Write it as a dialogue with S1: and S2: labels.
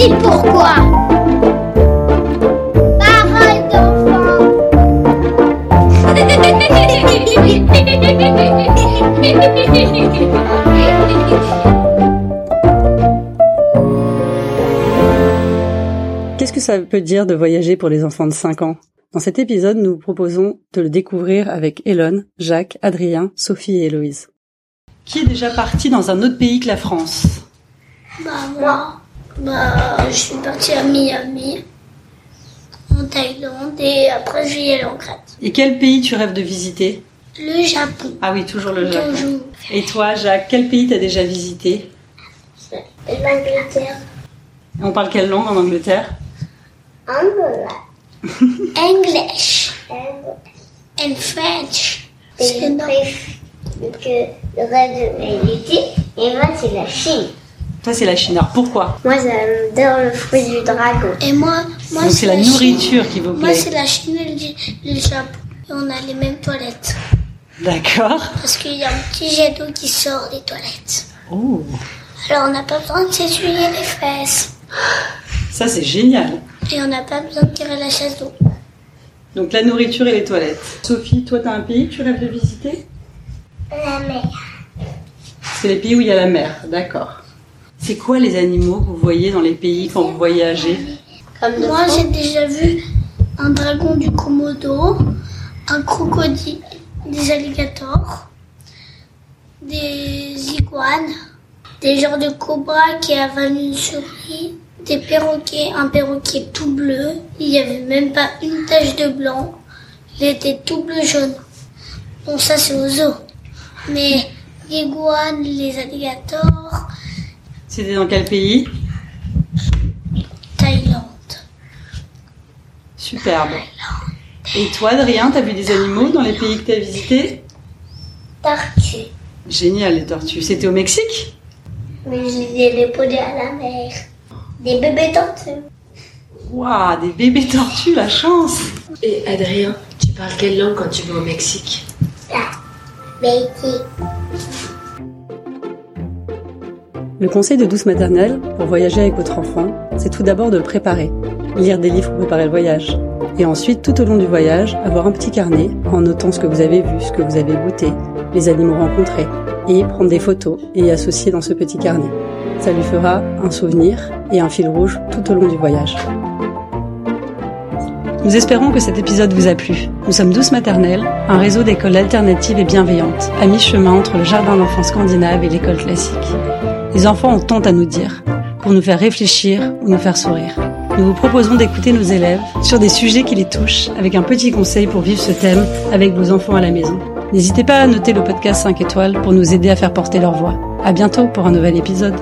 S1: Et pourquoi Parole d'enfant
S2: Qu'est-ce que ça peut dire de voyager pour les enfants de 5 ans Dans cet épisode, nous vous proposons de le découvrir avec Elon, Jacques, Adrien, Sophie et Héloïse. Qui est déjà parti dans un autre pays que la France
S3: Bah moi, bah, je suis partie à Miami, en Thaïlande et après je suis allée en Crète.
S2: Et quel pays tu rêves de visiter
S3: Le Japon,
S2: Ah oui, toujours le Japon.
S3: toujours.
S2: Et toi, Jacques, quel pays t'as déjà visité
S3: Et l'Angleterre,
S2: On parle quelle langue en Angleterre
S3: Angola. English and French.
S4: Et
S3: C'est
S4: le
S3: normal.
S4: préf- que le rêve de réalité, et moi c'est la Chine.
S2: Toi, c'est la Chine. Alors pourquoi
S4: Moi j'adore le fruit du dragon.
S3: Et moi, moi
S2: Donc c'est la
S3: Chine.
S2: nourriture qui vous
S3: Moi
S2: plaît.
S3: c'est la Chine et le- le Japon. Et on a les mêmes toilettes.
S2: D'accord.
S3: Parce qu'il y a un petit jet d'eau qui sort des toilettes.
S2: Oh,
S3: Alors on n'a pas besoin de s'essuyer les fesses.
S2: ça c'est génial.
S3: Et on n'a pas besoin de tirer la chasse d'eau.
S2: Donc la nourriture et les toilettes. Sophie, toi, t'as un pays que tu rêves de visiter
S4: La mer.
S2: C'est les pays où il y a la mer. D'accord. C'est quoi les animaux que vous voyez dans les pays quand vous voyagez
S4: Comme le
S3: Moi,
S4: front.
S3: j'ai déjà vu un dragon du Komodo, un crocodile, des alligators, des iguanes, des genres de cobras qui avalent une souris, des perroquets, un perroquet tout bleu. Il n'y avait même pas une tache de blanc. Il était tout bleu jaune. Bon, ça, c'est aux zoo. Mais les iguanes, les alligators,
S2: C'était dans quel pays
S3: Thaïlande.
S2: Superbe. Et toi, Adrien, t'as vu des animaux dans les pays que t'as visités
S4: Tortue.
S2: Génial, les tortues. C'était au Mexique
S4: Mais je les ai déposés à la mer. Des bébés tortues.
S2: Waouh, des bébés tortues, la chance
S5: Et Adrien, tu parles quelle langue quand tu vas au Mexique
S4: Mais qui
S2: Le conseil de douce maternelle pour voyager avec votre enfant, c'est tout d'abord de le préparer, lire des livres pour préparer le voyage. Et ensuite, tout au long du voyage, avoir un petit carnet en notant ce que vous avez vu, ce que vous avez goûté, les animaux rencontrés, et prendre des photos et y associer dans ce petit carnet. Ça lui fera un souvenir et un fil rouge tout au long du voyage. Nous espérons que cet épisode vous a plu. Nous sommes Douce Maternelle, un réseau d'écoles alternatives et bienveillantes, à mi-chemin entre le jardin d'enfants scandinave et l'école classique. Les enfants ont tant à nous dire, pour nous faire réfléchir ou nous faire sourire. Nous vous proposons d'écouter nos élèves sur des sujets qui les touchent, avec un petit conseil pour vivre ce thème avec vos enfants à la maison. N'hésitez pas à noter le podcast 5 étoiles pour nous aider à faire porter leur voix. À bientôt pour un nouvel épisode.